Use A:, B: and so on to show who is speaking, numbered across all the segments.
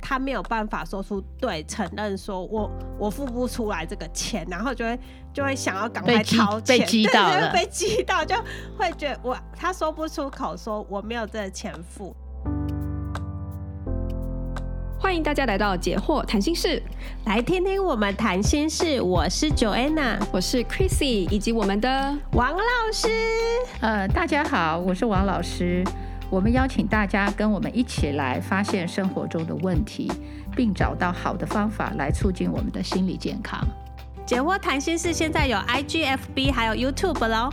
A: 他没有办法说出对，承认说我我付不出来这个钱，然后就会就会想要赶快
B: 被激
A: 掏钱，
B: 被激
A: 对
B: 到
A: 对对
B: 了
A: 被激到就会觉得我他说不出口，说我没有这个钱付，
C: 欢迎大家来到解惑谈心室，
A: 来听听我们谈心事，我是 Joanna
C: 我是 Chrissy，以及我们的
A: 王老师。
B: 呃，大家好，我是王老师。我们邀请大家跟我们一起来发现生活中的问题，并找到好的方法来促进我们的心理健康。
A: 解惑谈心事现在有 IGFB 还有 YouTube 喽，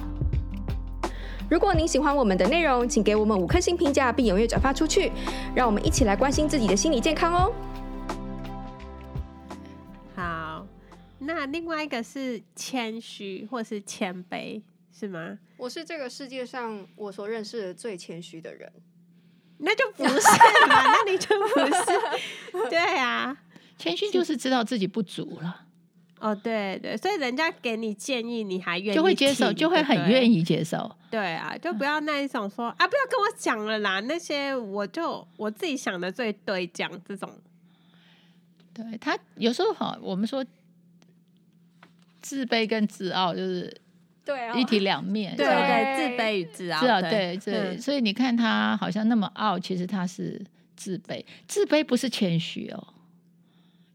C: 如果您喜欢我们的内容，请给我们五颗星评价，并踊跃转发出去，让我们一起来关心自己的心理健康哦。
A: 好，那另外一个是谦虚或是谦卑是吗？
D: 我是这个世界上我所认识的最谦虚的人，
A: 那就不是 嘛，那你就不是， 对啊，
B: 谦虚就是知道自己不足了，
A: 哦，对对，所以人家给你建议，你还愿意
B: 就会接受，
A: 听
B: 就会很
A: 对
B: 愿意嗯接受。
A: 对啊，就不要那一种说啊，不要跟我讲了啦，那些我就我自己想的最对，讲这种
B: 对他有时候哈，我们说自卑跟自傲就是
C: 对啊
B: 一体两面，
A: 对
B: 是吧
A: 对，自卑与自傲，
B: 是啊，对对，
A: 嗯
B: 所以你看他好像那么傲，其实他是自卑。自卑不是谦虚哦，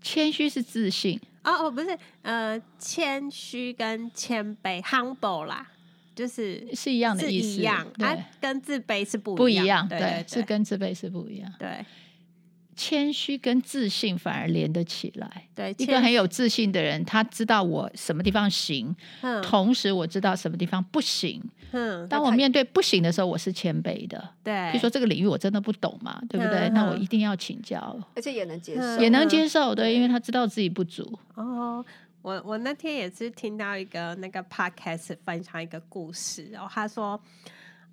B: 谦虚是自信。
A: 哦哦，不是，呃，谦虚跟谦卑 （humble） 啦，就是
B: 是一样的
A: 是
B: 意思
A: 一样，
B: 对
A: 啊，跟自卑是不
B: 不
A: 一
B: 一样，
A: 对对，
B: 是跟自卑是不一样。
A: 对
B: 谦虚跟自信反而连得起来。
A: 对
B: 一个
A: 谦
B: 很有自信的人，他知道我什么地方行，
A: 嗯
B: 同时我知道什么地方不行。
A: 嗯，
B: 当我面对不行的时候，我是谦卑的。
A: 对，
B: 譬如说这个领域我真的不懂嘛，对不对？
A: 嗯
B: 那我
A: 嗯
B: 一定要请教，
D: 而且也能接
A: 嗯
D: 受。
B: 也能接受对，因为他知道自己不足。
A: 哦，我我那天也是听到一个那个 podcast 分享一个故事，然后他说，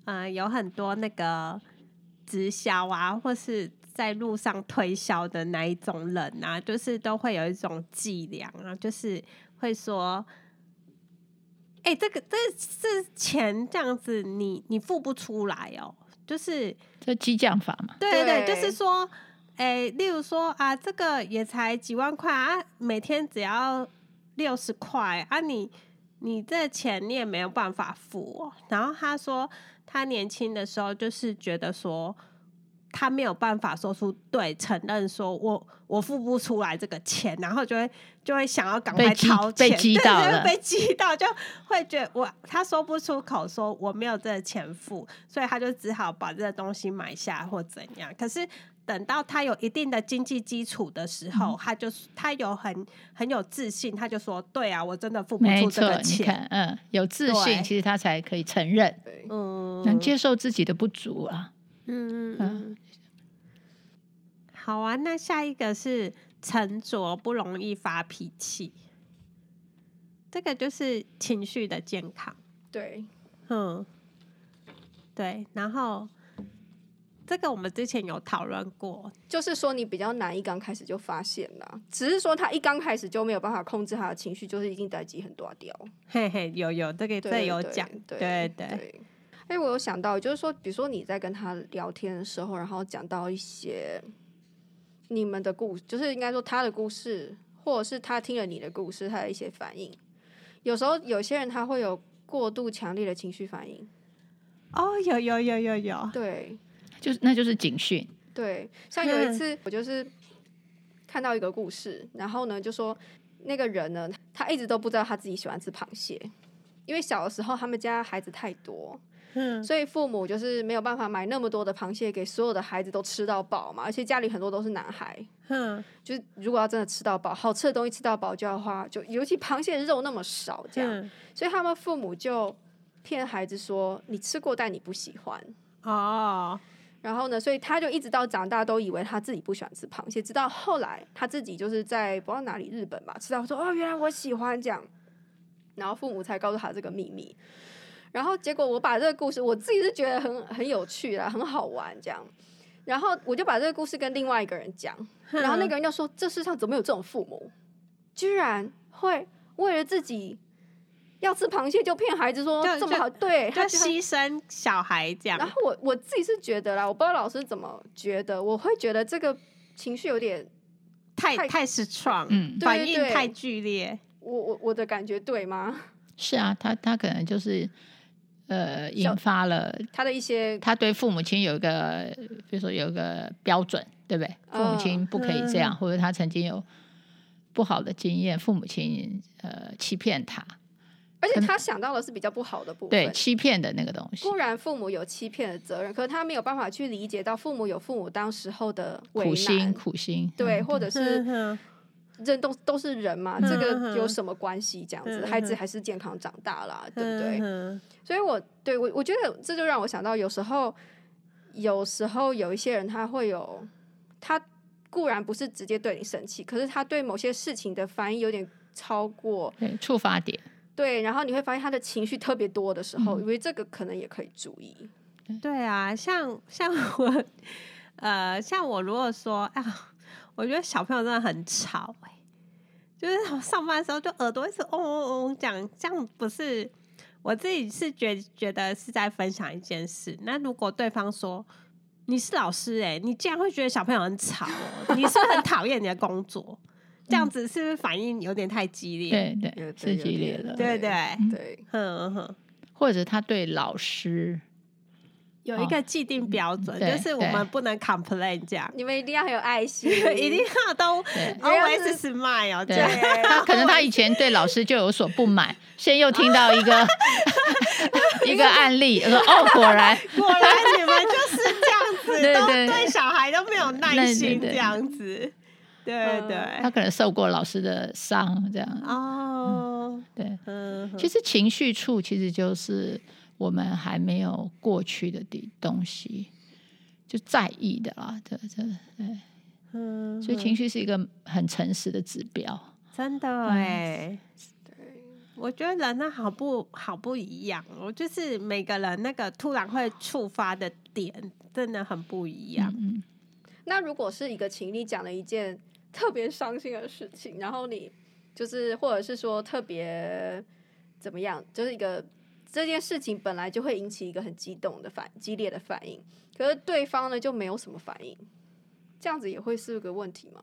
A: 呃，有很多那个直销啊，或是在路上推销的那一种人啊，就是都会有一种伎俩啊，就是会说。哎、这个这这钱这样子你，你付不出来哦，就是
B: 这激将法嘛，
A: 对对对，
D: 对
A: 就是说，哎，例如说啊，这个也才几万块啊，每天只要六十块啊你，你这钱你也没有办法付、哦。然后他说，他年轻的时候就是觉得说，他没有办法说出对，承认说我我付不出来这个钱，然后就会就会想要赶快
B: 被激
A: 掏钱，
B: 被激
A: 对
B: 到
A: 对
B: 了
A: 被激到就会觉得我他说不出口，说我没有这个钱付，所以他就只好把这个东西买下或怎样。可是等到他有一定的经济基础的时候，
B: 嗯
A: 他就他有很很有自信，他就说：“对啊，我真的付不
B: 没
A: 出这
B: 错
A: 个，
B: 你
A: 钱。
B: 看，嗯，有自
A: 对
B: 信，其实他才可以承认，
D: 对”，
A: 嗯，
B: 能接受自己的不足啊。
A: 嗯嗯嗯。好啊，那下一个是沉着，不容易发脾气。这个就是情绪的健康。
D: 对，
A: 嗯，对，然后这个我们之前有讨论过，
D: 就是说你比较难一刚开始就发现啦，只是说他一刚开始就没有办法控制他的情绪，就是一定待机很多掉。
A: 嘿嘿，有有这个
D: 对
A: 这
D: 对
A: 有
D: 对
A: 讲，
D: 对
A: 对对，
D: 对。哎，我有想到，就是说，比如说你在跟他聊天的时候，然后讲到一些你们的故就是应该说他的故事，或者是他听了你的故事，他的一些反应。有时候有些人他会有过度强烈的情绪反应，
A: 哦，有有有有有，
D: 对，
B: 就是那就是警讯，
D: 对，像有一次我就是看到一个故事，然后呢就说那个人呢，他一直都不知道他自己喜欢吃螃蟹，因为小的时候他们家孩子太多，
A: 嗯
D: 所以父母就是没有办法买那么多的螃蟹给所有的孩子都吃到饱嘛，而且家里很多都是男孩。
A: 哼，
D: 就是如果要真的吃到饱，好吃的东西吃到饱就要花，就尤其螃蟹肉那么少这样，
A: 嗯
D: 所以他们父母就骗孩子说你吃过，但你不喜欢。
A: 哦，
D: 然后呢，所以他就一直到长大都以为他自己不喜欢吃螃蟹，直到后来他自己就是在不知道哪里日本吧，吃到说哦，原来我喜欢这样，然后父母才告诉他这个秘密。然后结果我把这个故事，我自己是觉得很很有趣啊啦，很好玩这样。然后我就把这个故事跟另外一个人讲，然后那个人就说：“这世上怎么有这种父母？居然会为了自己要吃螃蟹就骗孩子说
A: 就
D: 这么
A: 就
D: 好，
A: 就
D: 对哎他啊觉得
A: 牺牲小孩这样
D: 然，后我我自己是觉得啦，我不知道老师怎么觉得，我会觉得这个情绪有点，
A: 太
D: 太
A: 太 strong，、
B: 嗯，
D: 对
A: 反
D: 对
A: 应
D: 对
A: 太剧烈，
D: 我我我的感觉对吗？
B: 是啊，他他可能就是呃
D: 小
B: 引发了
D: 他的一些
B: 他对父母亲有一个，比如说有一个标准，对不对？父母亲不可以这样，
D: 哦
B: 或者他曾经有不好的经验，父母亲呃欺骗他，
D: 而且
B: 可能
D: 他想到的是比较不好的部
B: 对
D: 分。
B: 欺骗的那个东西
D: 固，然父母有欺骗的责任，可是他没有办法去理解到父母有父母当时候的为
B: 苦心
D: 难，
B: 苦心，
D: 对，
B: 嗯
D: 或者是
A: 嗯
D: 人都都是人嘛，
A: 嗯
D: 这个
A: 哼
D: 有什么关系？这样
A: 嗯
D: 子，
A: 哼
D: 孩子还是健康长大啦，对不对？
A: 嗯
D: 所以我对我我觉得这就让我想到，有时候有时候有一些人他会有，他固然不是直接对你生气，可是他对某些事情的反应有点超过，
B: 对触发点，
D: 对，然后你会发现他的情绪特别多的时候，
B: 嗯
D: 因为这个可能也可以注意。
A: 对啊，像像我， 呃，像我如果说啊，我觉得小朋友真的很吵、欸，就是我上班的时候就耳朵一直嗡嗡嗡讲，这样不是我自己是觉觉得是在分享一件事。那如果对方说你是老师、欸，哎，你竟然会觉得小朋友很吵、哦，你是不是很讨厌你的工作？这样子是不是反应有点太激烈？
B: 对对，是
D: 对
B: 激烈的，
A: 对对
B: 嗯
D: 对，
A: 哼哼。
B: 或者他对老 师，
A: 有一
B: 哦
A: 个既定标准，
B: 对
A: 就是我
B: 对
A: 们不能 complain 这样。
D: 你们一定要很有 爱心，
A: 一定要都
B: 对
A: always smile 这
B: 对
A: 样。
B: 他可能他以前对老师就有所不满，现在又听到一 个 一个案例，说哦，果然
A: 果然你们就是这样子，
B: 对
A: 都
B: 对
A: 对小孩都没有耐
B: 对对
A: 心
B: 对
A: 这样子。对
D: 嗯
A: 对
B: 他。可能受过老师的伤，这
A: 啊
B: 样
A: 哦，
B: 对。
A: 嗯，
B: 其实情绪处其实就是我们还没有过去的地东西，就在意的啦。这这，
A: 嗯
B: 所以情嗯绪是一个很诚实的指标。
A: 真的哎。我觉得人呢，好不好不一样哦，我就是每个人那个突然会触发的点，真的很不一样。
B: 嗯，
D: 那如果是一个情侣讲了一件特别伤心的事情，然后你就是或者是说特别怎么样，就是一个这件事情本来就会引起一个很激动的反激烈的反应，可是对方呢就没有什么反应，这样子也会是个问题吗？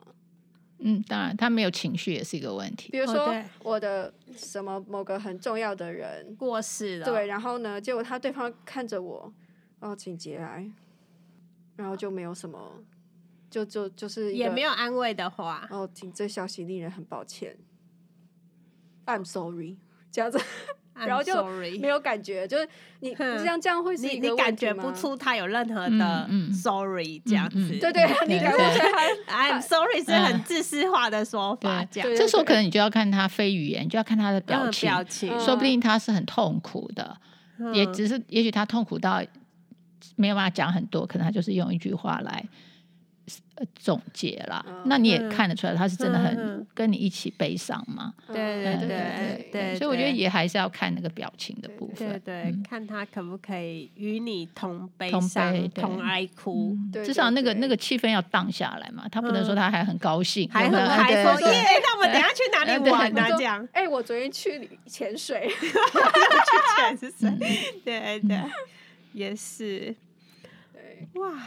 B: 嗯，当然，他没有情绪也是一个问题。
D: 比如
A: 哦
D: 说
A: 对
D: 我的什么某个很重要的人，
A: 过世了，
D: 对，然后呢，结果他对方看着我，哦，请节哀，然后就没有什么，就就就是一
A: 也
D: 个
A: 没有安慰的话，
D: 哦，请这消息令人很抱歉，I'm sorry，这样子
A: I'm
D: 然后就
A: sorry
D: 没有感觉，就是你
A: 哼
D: 这样这样会是
A: 你
D: 一
A: 你
D: 个
A: 感
D: 问题
A: 觉
D: 吗
A: 不，出他有任何的
B: 嗯嗯
A: sorry 这样
B: 嗯
A: 子，
D: 对对，你
B: 对
D: 感
B: 对
D: 觉他
A: I'm sorry 是很
B: 嗯
A: 自私化的说法，这样
D: 对
B: 这时候可能你就要看他非语言，就要看他的表
A: 嗯
B: 情，
A: 表情嗯
D: 嗯
B: 说不定他是很痛苦的，也只是也许他痛苦到没有办法讲很多，可能他就是用一句话来呃总结啦。
D: 嗯
B: 那你也
A: 嗯
B: 看得出来，他是真的很、
A: 嗯嗯
B: 跟你一起悲伤嘛？
D: 嗯
A: 对
B: 对
A: 对
B: 对
A: 对
B: 所以我觉得
A: 对
B: 也还是要看那个表情的部分。
A: 对对，
B: 嗯
A: 看他可不可以与你同悲
B: 同悲
A: 伤、
B: 对
A: 同哀哭，
B: 嗯
D: 对
B: 至少那个
D: 对对
B: 那个气氛要荡下来嘛，他不能
A: 嗯
B: 说他还很高兴，
A: 还
B: 有没有
A: 很还
B: 对
A: 说
B: 对
A: 耶，那我们等一下去哪
B: 嗯
A: 里
B: 对
A: 玩啊？
D: 我说
A: 这样
D: 哎、我昨天去潜水，
A: 去潜水，对对
B: 嗯，
A: 也是
D: 对，
A: 哇，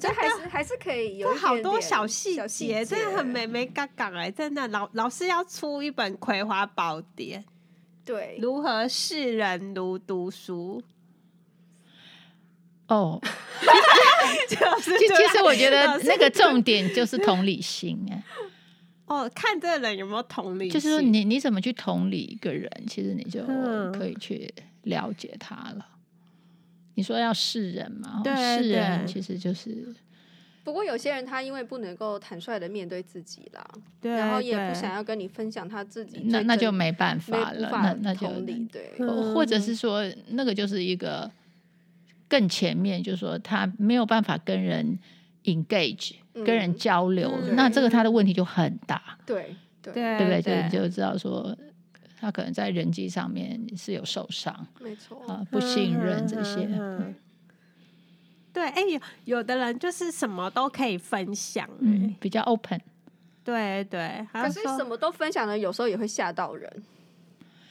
D: 这还是还是可以有
A: 这
D: 一
A: 好
D: 点
A: 多
D: 点
A: 小
D: 小
A: 细节，
D: 节，
A: 真的很美美嘎嘎哎，真的老老师要出一本《葵花宝典》。
D: 对。
A: 如何视人如读书？
B: 哦，
A: 就是
B: 其其实我觉
A: 啊老
B: 得
A: 师
B: 那个重点就是同理心哎、
A: 哦，看这个人有没有同理心，
B: 就是说你你怎么去同理一个人，其实你就
A: 嗯
B: 可以去了解他了。你说要世人嘛，
A: 对
B: 世人
A: 对
B: 其实就是
D: 不过有些人他因为不能够坦率的面对自己啦，
A: 对，
D: 然后也不
A: 对
D: 想要跟你分享他自己最真，
B: 那那就没办
D: 没
B: 法
D: 无
B: 了，
D: 法
B: 那那就
D: 同理对，
A: 嗯
B: 或者是说那个就是一个更前面，就是说他没有办法跟人 engage，、跟人
D: 嗯
B: 交流，
A: 嗯
B: 那这个他的问题就很大，
D: 对对
A: 对
B: 对不对？就
A: 对
B: 你就知道说他可能在人际上面是有受伤
D: 没错，
B: 啊、不信任这些。
A: 哦嗯嗯嗯对，哎、有有的人就是什么都可以分享、哎、
B: 嗯，比较 open。
A: 对对，还
B: 啊
D: 可
A: 有
D: 是
A: 说
D: 什么都分享的，有时候也会吓到人，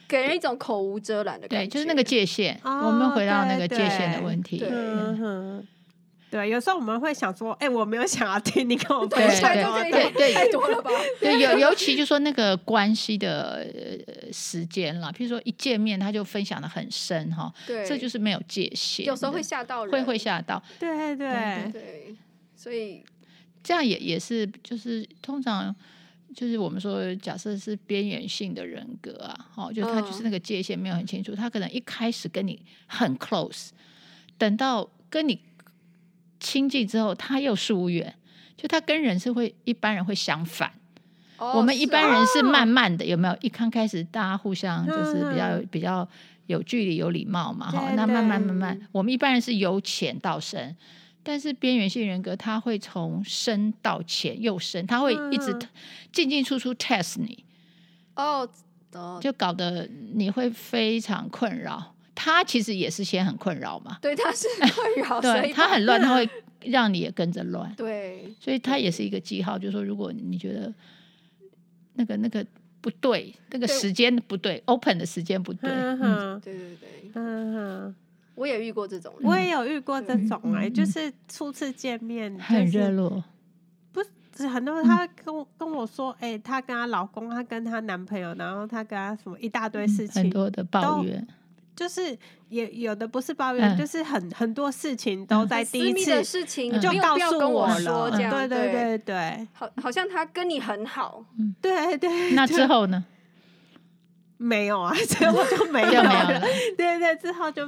D: 给人一种口无遮拦的感
B: 对，
D: 觉。
B: 就是那个界限，
A: 哦
B: 我们回到那
A: 对
B: 个界限的问题。
D: 对
A: 嗯嗯哼，对，有时候我们会想说，哎、我没有想要听你跟我分
B: 对
A: 享
B: 对
A: 什么
D: 对
A: 的
B: 对对
D: 太多了吧？
B: 对，尤尤其就说那个关系的呃时间啦，譬如说一见面他就分享的很深哈，
D: 对，
B: 这就是没有界限的，
D: 有时候会吓到人，
B: 会会吓到，
A: 对嗯对
D: 对，所以
B: 这样也也是就是通常。就是我们说，假设是边缘性的人格啊，哦，就是他就是
D: 嗯
B: 那个界限没有很清楚，他可能一开始跟你很 close，等到跟你亲近之后，他又疏远，就他跟人是会一般人会相反。
D: 哦
B: 我们一
D: 是
B: 般
D: 啊
B: 人是慢慢的，有没有？一刚开始大家互相就是比较
A: 嗯
B: 比较有距离、有礼貌嘛，哈。
A: 对
B: 那慢慢
A: 对
B: 慢慢，我们一般人是由浅到深，但是边缘性人格他会从深到浅又深，他会一直
A: 嗯
B: 进进出出 test 你，
D: 哦哦，
B: 就搞得你会非常困扰。他其实也是先很困扰嘛，
D: 对，他是困扰，哦所
B: 对
D: 以
B: 他很乱，他会让你也跟着乱。
D: 对
B: 所以
A: 嗯
B: 它也是一个记号，就是说，如果你觉得那个那个不对，那个
D: 对
B: 时间不对，open 的时间不对，
A: 嗯
B: 嗯，
A: 哼，
D: 对对对，
A: 嗯哼，
D: 我也遇过这种人，
A: 我也有遇过这种哎、
B: 嗯嗯嗯
A: 就是初次见面，
B: 嗯很
A: 就是
B: 热络，嗯
A: 是很多她跟我跟我说，哎、她跟她老公，她跟她男朋友，然后她跟她什么一大堆事
B: 嗯很
A: 情，
B: 多的抱
A: 都
B: 怨，
A: 就是也有的不是抱怨，
B: 嗯
A: 就是很很多事情都
B: 嗯
A: 在
D: 很
A: 第
D: 私
A: 一
D: 密
A: 次
D: 的事情
B: 嗯
A: 就
D: 没有
A: 告
D: 必要
A: 诉
D: 跟我
A: 了，嗯
D: 说这样，
A: 对对对对
D: 好，好像他跟你很好，
A: 对对，
B: 那
A: 就
B: 之 后呢？
A: 没有啊， 之后就没
B: 就
A: 有
B: 没有 了
A: 了，，对对，之后就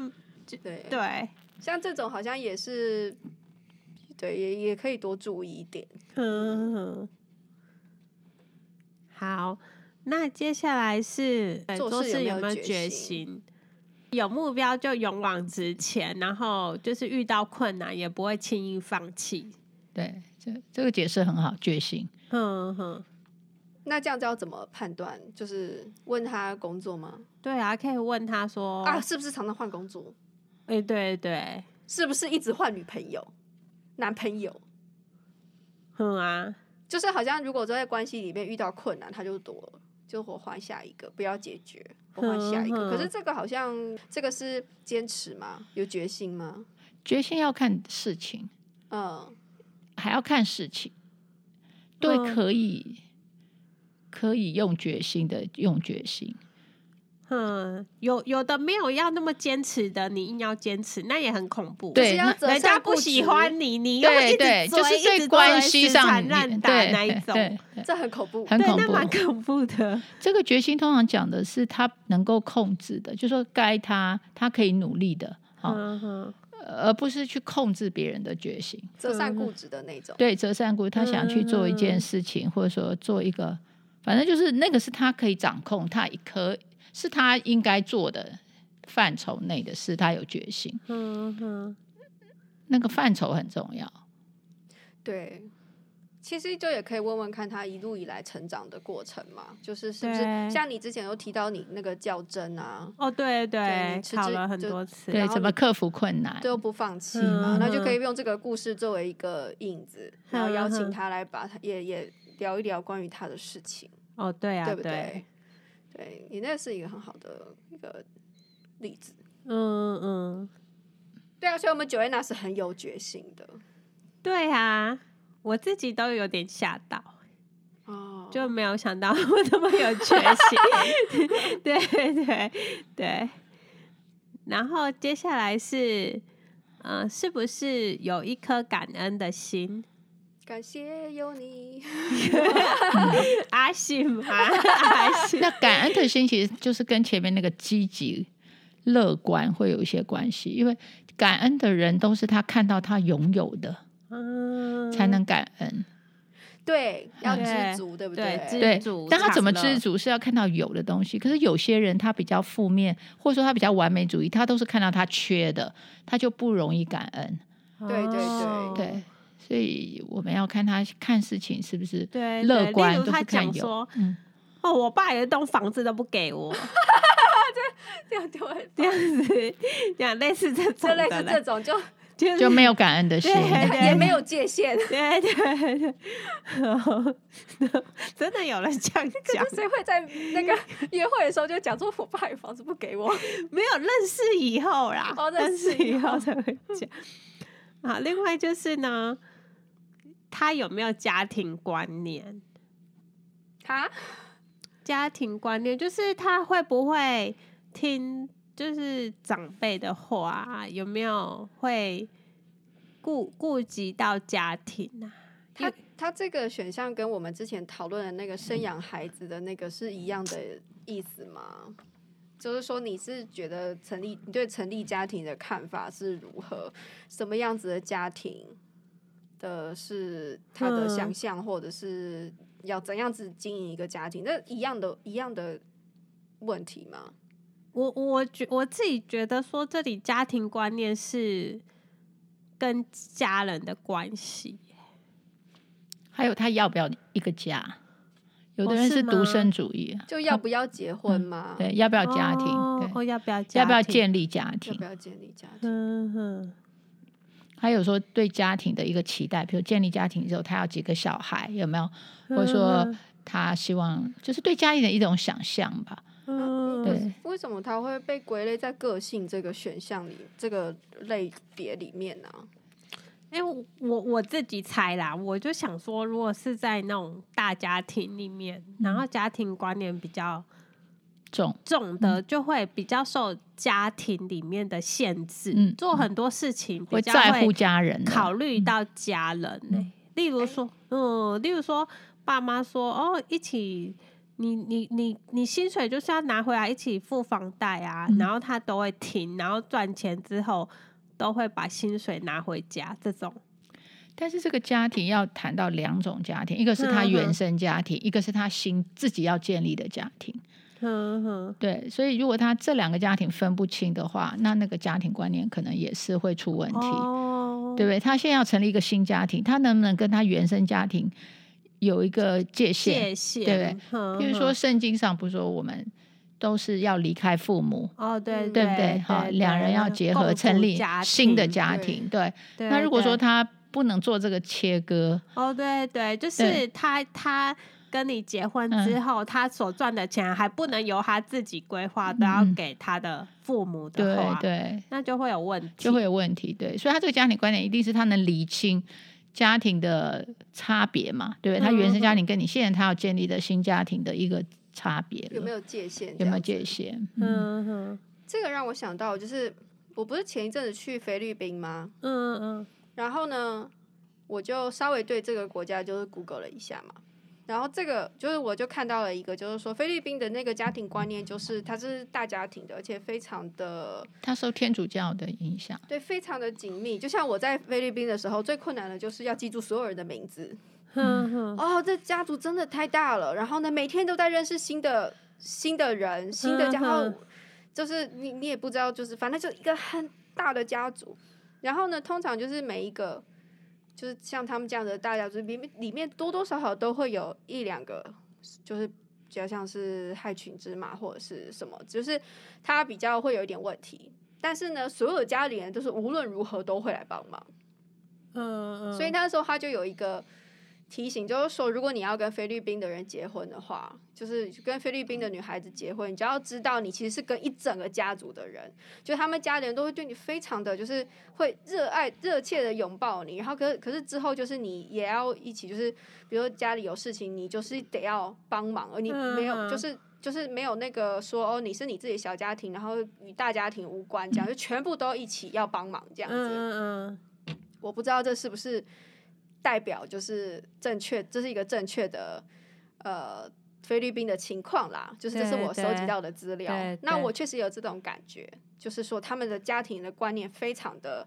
D: 对，
A: 对，
D: 像这种好像也是，对，也也可以多注意一点。
A: 嗯， 好，那接下来是呃
D: 做
A: 做
D: 事有
A: 事
D: 没
A: 有
D: 有
A: 没有
D: 决
A: 决
D: 心
A: 心？有目标就勇往直前，然后就是遇到困难也不会轻易放弃。
B: 对，这这个解释很好，决心。
A: 嗯哼，
D: 那这样子要怎么判断？就是问他工作吗？
A: 对啊，可以问他说
D: 啊，，是不是常常换工作？
A: 哎、对对，
D: 是不是一直换女朋友、男朋友？
A: 嗯啊，
D: 就是好像如果说在关系里面遇到困难，他就躲了，就我换下一个，不要解决，我换下一
A: 嗯嗯
D: 个。可是这个好像这个是坚持吗？有决心吗？
B: 决心要看事情，
D: 嗯，
B: 还要看事情。对，
A: 嗯
B: 可以，可以用决心的，用决心。
A: 嗯，有有的没有要那么坚持的，你硬要坚持，那也很恐怖。
B: 对
D: 就是要折
A: 人
D: 扇
A: 家不
D: 固
A: 喜
D: 执
A: 欢你，你又一
B: 对
A: 直
B: 对，
A: 追
B: 就是
A: 一
B: 对
A: 直
B: 关
A: 追
B: 系
A: 死
B: 上
A: 缠
B: 你，
A: 烂打
B: 对
A: 那一
B: 对
A: 种。
B: 对对
D: 这很恐怖。
B: 很
A: 对，
B: 恐
A: 那
B: 怖
A: 蛮恐怖的。
B: 这个决心通常讲的是他能够控制的，就说该他他可以努力的，好、
A: 嗯哼，
B: 而不是去控制别人的决心。
D: 折扇固执的那种。
B: 对折善谷，他想去做一件事情，或者说做一个，反正就是那个是他可以掌控，他也可是他应该做的范畴内的事，他有决心，
A: 嗯哼，
B: 那个范畴很重要。
D: 对，其实就也可以问问看他一路以来成长的过程嘛，就是是不是
A: 对
D: 像你之前有提到你那个较真啊，
A: 哦，对
D: 对
A: 对，
D: 吃
A: 考
D: 这
A: 了很
D: 就
A: 多次。
B: 对，
D: 然后
B: 怎么
D: 你
B: 克服困难？
D: 最后不放弃嘛，
A: 嗯
D: 那就可以用这个故事作为一个引子，然后邀
A: 嗯
D: 请
A: 嗯
D: 他来把他也也聊一聊关于他的事情，
A: 哦，对啊，
D: 对不？对你那是一个很好的一个例子。
A: 嗯嗯，
D: 对啊，所以我们九 n 娜是很有决心的
A: 对啊，我自己都有点吓到，
D: 哦，
A: 就没有想到 我这么有决 心。对对对，然后接下来是，呃，是不是有一颗感恩的心？
D: 感谢有你，
A: 阿信吗？阿信，
B: 那感恩的心其实就是跟前面那个积极、乐观会有一些关系，因为感恩的人都是他看到他拥有的
A: 嗯，
B: 才能感恩，
D: 对，要
A: 对
D: 知足，对不
A: 对知
B: 对
A: 足。
B: 但他怎么
A: 常乐
B: 知足是要看到有的东西，可是有些人他比较负面，或者说他比较完美主义，他都是看到他缺的，他就不容易感恩。
D: 对对对
A: 哦
B: 对，所以我们要看他看事情是不是
A: 对对
B: 乐
A: 例
B: 观，
A: 如
B: 都
A: 他
B: 是看
A: 讲
B: 有
A: 说。
B: 嗯，
A: 哦，我爸有一栋房子都不给我，
D: 这样就会
A: 这样子，这样类似这种
D: 这
A: 的
D: 类
A: 啦，
D: 似这种就
A: 就是
B: 就没有感恩的心
A: 对。 对
D: 也没有界 限。
A: 对对对， 真的有人这样讲
D: 就，谁会在那 个约会的时候就讲说我爸有房子 不给我？
A: 没有认识以后啦，
D: 哦认
A: 认
D: 识
A: 识
D: 以
A: 以
D: 后
A: 后才会讲。啊，另外就是呢，他有没有家庭观念？
D: 哈，
A: 家庭观念就是他会不会听，就是长辈的话啊，有没有会顾顾及到家庭啊？
D: 他他这个选项跟我们之前讨论的那个生养孩子的那个是一样的意思吗？就是说，你是觉得成立你对成立家庭的看法是如何？什么样子的家庭的是他的
A: 嗯
D: 想象，或者是要怎样子经营一个家庭？那一样的一样的问题吗？
A: 我我觉我自己觉得说，这里家庭观念是跟家人的关系。
B: 还有他要不要一个家？有的
A: 哦
B: 人
A: 是
B: 是独
A: 吗
B: 生主义啊，
D: 就要不要结婚吗？
B: 对，要不要家庭？
A: 哦，
B: 对，
A: 哦要不要家
B: 要不要
A: 庭？
B: 建立家
D: 要
B: 庭
D: 不？要建立家庭？
A: 嗯哼，
B: 还有说对家庭的一个期待，比如建立家庭之后，他要几个小孩，有没有？
A: 嗯
B: 或者说他希望就是对家庭的一种想象吧。
A: 嗯，
B: 呃对
A: 嗯，
D: 啊为什么它会被归类在个性这个选项里、这个类别里面呢、
A: 哎、我我我自己猜啦，我就想说，如果是在那种大家庭里面，然
B: 嗯
A: 后家庭观念比较
B: 重
A: 重
B: 嗯
A: 的，就会比较受家庭里面的限制，
B: 嗯
A: 做很多事情比
B: 会
A: 较
B: 在乎
A: 会
B: 家人啊嗯的，
A: 考虑到家人呢、例如说，嗯，例如说，爸妈说，哦，一起，你你你你薪水就是要拿回来一起付房贷啊，
B: 嗯
A: 然后他都会听，然后赚钱之后都会把薪水拿回家，这种。
B: 但是这个家庭要谈到两种家庭，一个是他
A: 嗯嗯
B: 原生家庭，一个是他新自己要建立的家庭。
A: 嗯哼，
B: 对，所以如果他这两个家庭分不清的话，那那个家庭观念可能也是会出问题，
A: 哦
B: 对不对？他现在要成立一个新家庭，他能不能跟他原生家庭有一个界限？
A: 界限，
B: 对不
A: 哼
B: 比如说
A: 哼
B: 圣经上不是说我们都是要离开父母，
A: 哦，对
D: 嗯
B: 对不
A: 对
B: 对？哈，两人要结合成立新的，家庭，对。
A: 对
B: 那如果说
A: 对
B: 他不能做这个切割，
A: 哦，对对，就
B: 对嗯
A: 是他他跟你结婚之后，他所赚的钱还不能由他自己规划，都要
B: 嗯
A: 给他的父母
B: 对
A: 的话，
B: 对，
A: 那就会有问题，
B: 就会有问题。对，所以他这个家庭观念一定是他能厘清家庭的差别嘛，对不对？他原生家庭跟你现在他要建立的新家庭的一个差别了，
D: 有没有界限？
B: 有没有界？限？嗯，
A: 嗯哼，
D: 这个让我想到，就是我不是前一阵子去菲律宾吗？
A: 嗯嗯
D: 然后呢，我就稍微对这个国家就是 Google 了一下嘛。然后这个就是我就看到了一个，就是说菲律宾的那个家庭观念，就是它是大家庭的，而且非常的
B: 他受天主教的影响，
D: 对，非常的紧密。就像我在菲律宾的时候，最困难的就是要记住所有人的名字。
A: 嗯哼，
D: 哦，这家族真的太大了。然后呢，每天都在认识新的新的人、新的家，
A: 嗯
D: 然后
A: 哼
D: 就是你你也不知道，就是反正就一个很大的家族。然后呢，通常就是每一个就是像他们这样的大家族里面，里面多多少少都会有一两个，就是比较像是害群之马或者是什么，就是他比较会有一点问题。但是呢，所有家里人都是无论如何都会来帮忙。
A: 嗯嗯，
D: 所以那时候他就有一个提醒，就是说，如果你要跟菲律宾的人结婚的话，就是跟菲律宾的女孩子结婚，你就要知道你其实是跟一整个家族的人，就他们家人都会对你非常的就是会热爱、热切的拥抱你，然后可可是之后就是你也要一起，就是比如说家里有事情，你就是得要帮忙，而你没有
A: 嗯
D: 就是。就是没有那个说哦，你是你自己的小家庭，然后与大家庭无关，这样就全部都一起要帮忙这样
A: 嗯
D: 子。
A: 嗯
D: 我不知道这是不是代表就是正确，这是一个正确的呃菲律宾的情况啦，就是这是
A: 对
D: 我收集到的资料
A: 对对。
D: 那我确实有这种感觉，就是说他们的家庭的观念非常的。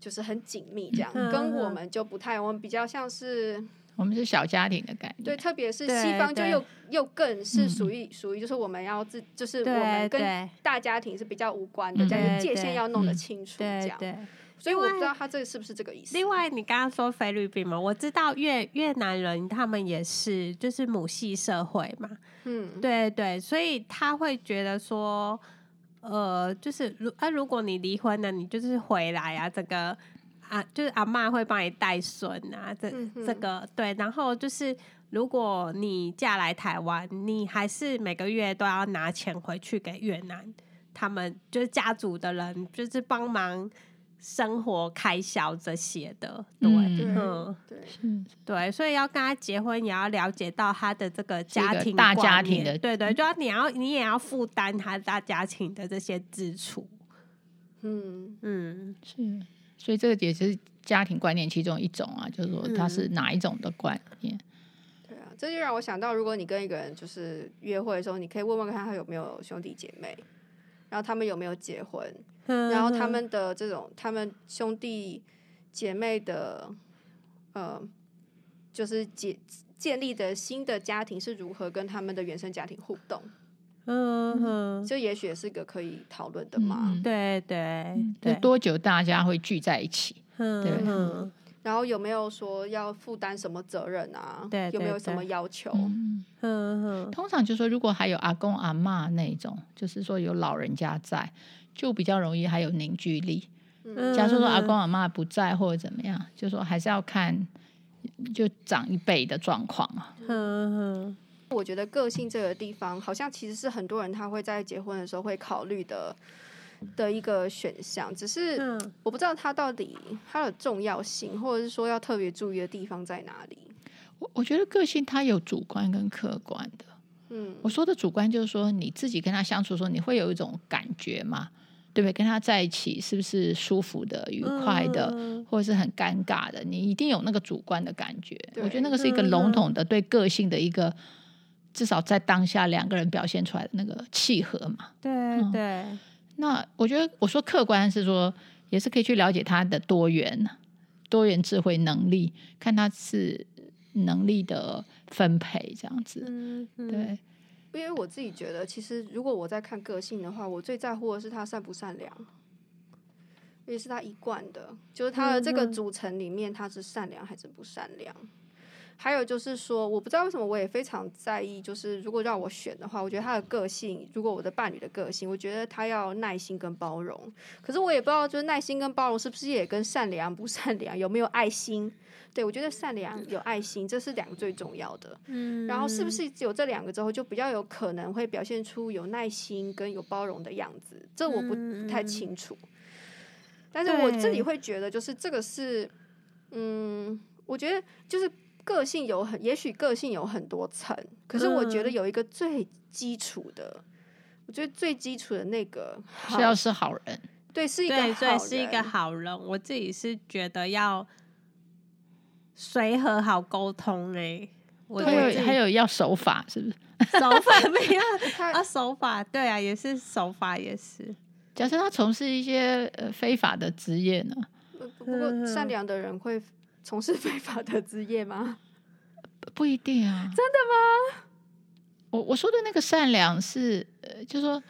D: 就是很紧密，这样、
A: 嗯
D: 跟
A: 嗯
D: 我
A: 嗯
D: 们就不太，我们比较像是
B: 我们是小家庭的概念，
D: 对，特别是
A: 嗯对
D: 西方就
A: 对
D: 又又更是
B: 嗯
D: 属于属于就是我们要自，就是
A: 嗯，
D: 我
A: 对
D: 们跟
A: 对
D: 大家庭是比较无关的，
B: 嗯
D: 这样
A: 对
D: 界限
A: 对
D: 要弄得
B: 嗯
D: 清楚，这
A: 对
D: 样。
A: 对。
D: 所以我
A: 另外
D: 不知道他这个是不是这个意思。
A: 另外，你刚刚说菲律宾嘛，我知道越越南人他们也是就是母系社会嘛，
D: 嗯，
A: 对对，所以他会觉得说，呃，就是如啊，如果你离婚了，你就是回来啊，这个啊，就是阿嬷会帮你带孙啊，这、
D: 嗯哼
A: 这个对，然后就是如果你嫁来台湾，你还是每个月都要拿钱回去给越南，他们就是家族的人，就是帮忙生活开销这些的。对，
B: 嗯
D: 对
A: 嗯
D: 对，
B: 是
A: 对，所以要跟他结婚，也要了解到他的这个
B: 是一
A: 家
B: 个
A: 庭
B: 大
A: 观
B: 家庭
A: 念
B: 的嗯
A: 对对，就要你要你也要负担他大家庭的这些支出。
D: 嗯，
A: 嗯，
B: 是，所以这个也是家庭观念其中一种啊，就是说它是
A: 嗯
B: 哪一种的观念。
D: 对啊，这就让我想到，如果你跟一个人就是约会的时候，你可以问问看他有没有兄弟姐妹，然后他们有没有结婚，然
B: 嗯
A: 然
D: 后他们的这种他们兄弟姐妹的，呃，就是建建立的新的家庭是如何跟他们的原生家庭互动，
A: 嗯哼，
D: 这也许也是个可以讨论的嘛。
B: 嗯
A: 对对
B: 就
A: 对，
B: 多久大家会聚在一起？对
A: 嗯哼
D: 然后有没有说要负担什么责任啊？
A: 对
D: 有没
A: 对
D: 有什
A: 对
D: 么要求？
B: 嗯，
A: 嗯哼，
B: 通常就说如果还有阿公阿妈那一种，就是说有老人家在，就比较容易还有凝聚力。
A: 嗯
B: 假如说阿
A: 哼
B: 公阿妈不在或者怎么样，就说还是要看就长一辈的状况啊。
A: 嗯哼
D: 我觉得个性这个地方，好像其实是很多人他会在结婚的时候会考虑的的一个选项，只是
A: 嗯
D: 我不知道它到底它的重要性，或者是说要特别注意的地方在哪里。
B: 我我觉得个性它有主观跟客观的。
D: 嗯，
B: 我说的主观就是说你自己跟他相处的时候，你会有一种感觉嘛，对不对？跟他在一起是不是舒服的、愉快的，
A: 嗯
B: 或者是很尴尬的？你一定有那个主观的感觉。我觉得
D: 对
B: 那个是一个
A: 嗯
B: 笼统的对个性的一个，至少在当下两个人表现出来的那个契合嘛。
A: 对
B: 嗯
A: 对，
B: 那我觉得我说客观是说，也是可以去了解他的多元、多元智慧能力，看他是能力的分配这样子。
A: 嗯哼
B: 对，
D: 因为我自己觉得，其实如果我在看个性的话，我最在乎的是他善不善良，也是他一贯的，就是他的这个
A: 嗯嗯
D: 组成里面，他是善良还是不善良。还有就是说，我不知道为什么我也非常在意，就是如果让我选的话，我觉得他的个性，如果我的伴侣的个性，我觉得他要耐心跟包容。可是我也不知道，就是耐心跟包容是不是也跟善良不善良有没有爱心？对我觉得善良有爱心，这是两个最重要的。
A: 嗯
D: 然后是不是有这两个之后，就比较有可能会表现出有耐心跟有包容的样子？这我不不太
A: 嗯嗯
D: 清楚。但是我自己
A: 对
D: 会觉得，就是这个是，嗯，我觉得就是个性有很，也许个性有很多层，可是我觉得
A: 嗯
D: 有一个最基础的，我觉得最基础的那个
B: 是要是好人。
D: 对是一个
A: 对对
D: 好
A: 是一个
D: 人
A: 好人？我自己是觉得要随和好沟通嘞、我
B: 还
A: 我自
B: 有
A: 己
B: 还有要守法，是不是？
A: 手法 没有
D: 他
A: 啊，手法对啊，也是手法也是，
B: 假设他从事一些呃非法的职业呢，
D: 不呃不过善
A: 嗯
D: 良的人会从事 非法的职业吗？
B: 不不一定啊。真的吗？我我说的那个善良是，呃，就是说，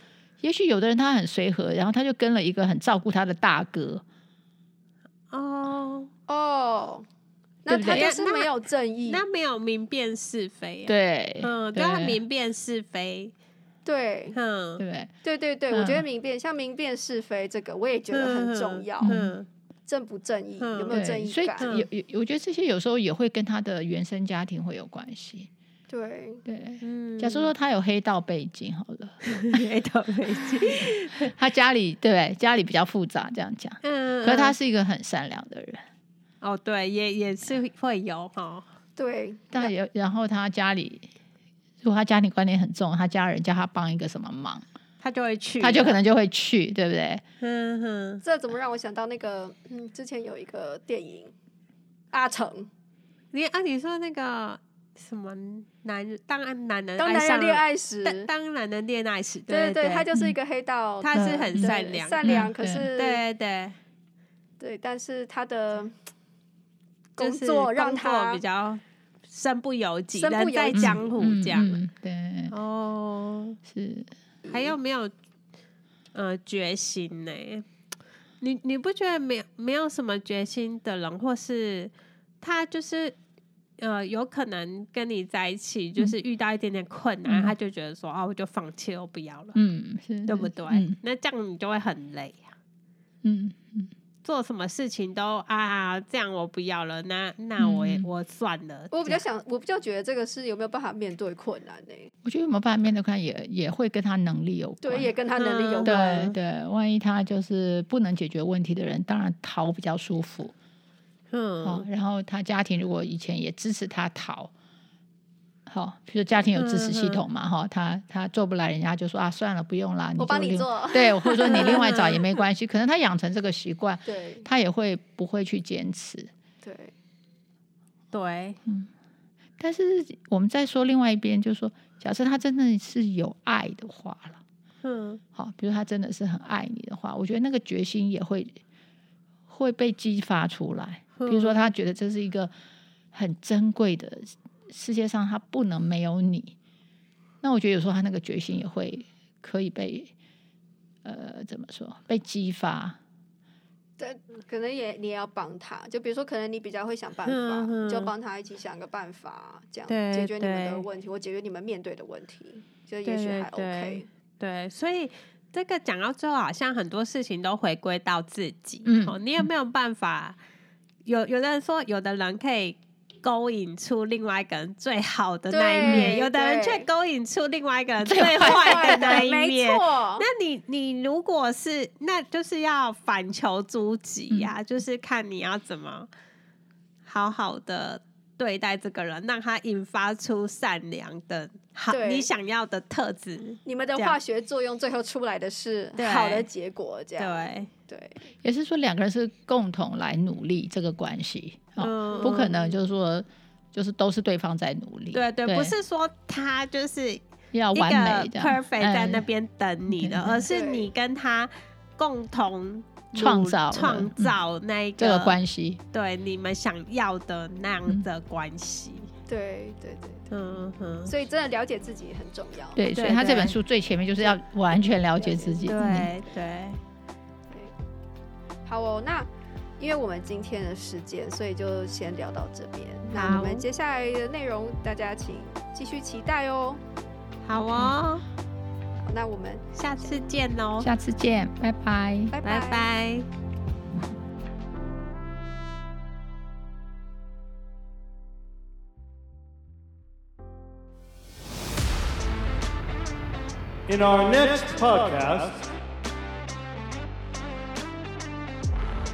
B: 也许有的人他很随和，然后他就跟了一个很照顾他的大哥，
A: 哦，
D: 哦，那
B: 对不
D: 他
B: 对
D: 就
A: 那
D: 是
A: 那
D: 没有正义，
A: 那没有明辨是非、啊，，
B: 对，
A: 嗯，
B: 对
A: 对，要明辨是非，
D: 对
B: 对
A: 嗯，
B: 不对？
D: 对对对，我觉得
B: 嗯
D: 明辨像明辨是非这个，我也觉得很重要，
A: 嗯
D: 正不正义有没
B: 对，
D: 有正
B: 所
D: 义
B: 以
D: 感？
B: 有有，我觉得这些有时候也会跟他的原生家庭会有关系。
D: 对，
B: 对，
A: 嗯，
B: 假设说他有黑道背景，好了，
A: 黑头 黑气，
B: 他家里对不对？家里比较复杂，这样讲。
A: 嗯，
B: 可是他
A: 嗯
B: 是一个很善良的人，
A: 哦，对，也也是会有哈，
D: 对
B: 但有然后他家里，如果他家庭观念很重，他家人叫他帮一个什么忙，
A: 他就会去，
B: 他就可能就会去，对不对？
A: 嗯哼，
D: 这怎么让我想到那个，嗯，之前有一个电影《阿成
A: 你啊，你说那个什么男人，当然男人
D: 当男
A: 嗯
D: 人
A: 上
D: 恋
A: 了
D: 爱时》，
A: 当当男人恋爱时，
D: 对
A: 对
D: 对，他
A: 就
D: 就是一个黑道，
A: 他是很
D: 对
A: 善良，
D: 善良，
B: 嗯
D: 可
B: 对
D: 是
A: 对对，
D: 对，但是他的工
A: 就是
D: 作让
A: 工作
D: 他
A: 比较身不由己，
D: 身不
A: 人在
D: 由己
A: 江湖
B: 嗯
A: 这样。
B: 嗯对，
A: 哦，
B: 是
A: 还有没有呃决心呢？你你不觉得没有没有什么决心的人，或是他就是呃有可能跟你在一起，就是遇到一点点困难，
B: 嗯
A: 他就觉得说啊，我就放弃了，我不要了，
B: 嗯是，
A: 对不对？
B: 嗯
A: 那这样你就会很累呀、
B: 嗯，
A: 啊做什么事情都啊这样我不要了，那那我也、
B: 嗯
A: 我算了。
D: 我比较
A: 这样
D: 想，我比较觉得这个是有没有办法面对困难呢、
B: 我觉得有没有办法面对看，也也会跟他能力有关。
D: 对，也跟他能力有
A: 嗯
D: 关。
B: 对
A: 关
B: 对，万一他就是不能解决问题的人，当然逃比较舒服
A: 嗯、
B: 哦。然后他家庭如果以前也支持他逃，好、比如家庭有支持系统嘛，哈、他他做不来，人家就说啊，算了，不用啦，
D: 嗯我
B: 就
D: 帮你
B: 另。
D: 做。
B: 对，或者说你另外找也 没关系，可能他养成这个习惯，
D: 对
B: 他也会不会去坚持。
D: 对，
A: 对，
B: 但是我们再说另外一边，就是说，假设他真的是有爱的话了。
A: 嗯
B: 好，比如他真的是很爱你的话，我觉得那个决心也会会被激发出来。比如
A: 嗯
B: 说，他觉得这是一个很珍贵的世界上，他不能没有你。那我觉得有时候他那个决心也会可以被呃怎么说被激发。
D: 可能也你也要帮他，就比如说，可能你比较会想办法，
A: 嗯嗯
D: 就帮他一起想个办法，这样
A: 对
D: 解决你们
A: 对
D: 的问题，或解决你们面对的问题，就也许
A: 对
D: 还 OK。
A: 对对，所以这个讲到最后，好像很多事情都回归到自己。
B: 嗯
A: 哦，你有没有办法？有有的人说，有的人可以勾引出另外一个人最好的那一面，
D: 对
A: 有的人
D: 对
A: 却勾引出另外一个人
B: 最
A: 最坏的那
D: 对，
A: 一
D: 没
A: 面。
D: 错
A: 那，你你如果是，那就是要反求诸己呀、
D: 嗯
A: 就是看你要怎么好好的对待这个人，让他引发出善良的好
D: 对
A: 你想要的特质。
D: 你们的
A: 这样
D: 化学作用最后出来的是
A: 对
D: 好的结果，这样
A: 对，
D: 对对
B: 也是说两个人是共同来努力这个关系啊、哦
A: 嗯
B: 不可能就是说就是都是对方在努力。
A: 对对，
B: 对
A: 不是说他就是一
B: 要
A: 个
B: 完美的
A: perfect 在那
B: 嗯
A: 边等你的，
B: 对
A: 而是
D: 对
A: 你跟他共同努
B: 创造了
A: 创
B: 嗯
A: 造那一
B: 这个关系。
A: 对你们想要的那样的关系。
D: 对对对，
A: 嗯哼，
D: 所以真的了解自己很重要。
B: 对，所以
A: 对
B: 他这本
A: 对
B: 书最前面就是要完全了解自己。嗯，
A: 对对，
D: 对好哦，那因为我们今天的时间，所以就先聊到这边。那
A: 好
D: 我们接下来的内容，大家请继续期待哦。
A: 好哦，
D: 好那我们
A: 下次见喽，
B: 下次见，拜拜。
D: 拜
A: 拜拜。
E: In our next podcast,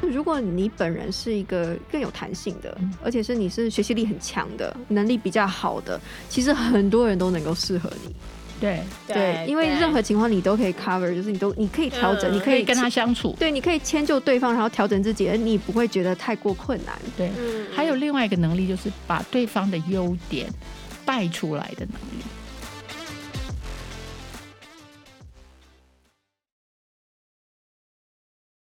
D: 如果你本人是一个更有弹性的
B: 嗯，
D: 而且是你是学习力很强的，能力比较好的，其实很多人都能够适合你。
B: 对，呃
D: 因为任何情况你都可以 cover，就是你都你可以调整，
A: 嗯
D: 你
B: 可以跟
D: 迁
B: 他相处。
D: 对，你可以迁就对方，然后调整自己，而你不会觉得太过困难。
B: 对，
A: 嗯
B: 还有另外一个能力就是把对方的优点带出来的能力。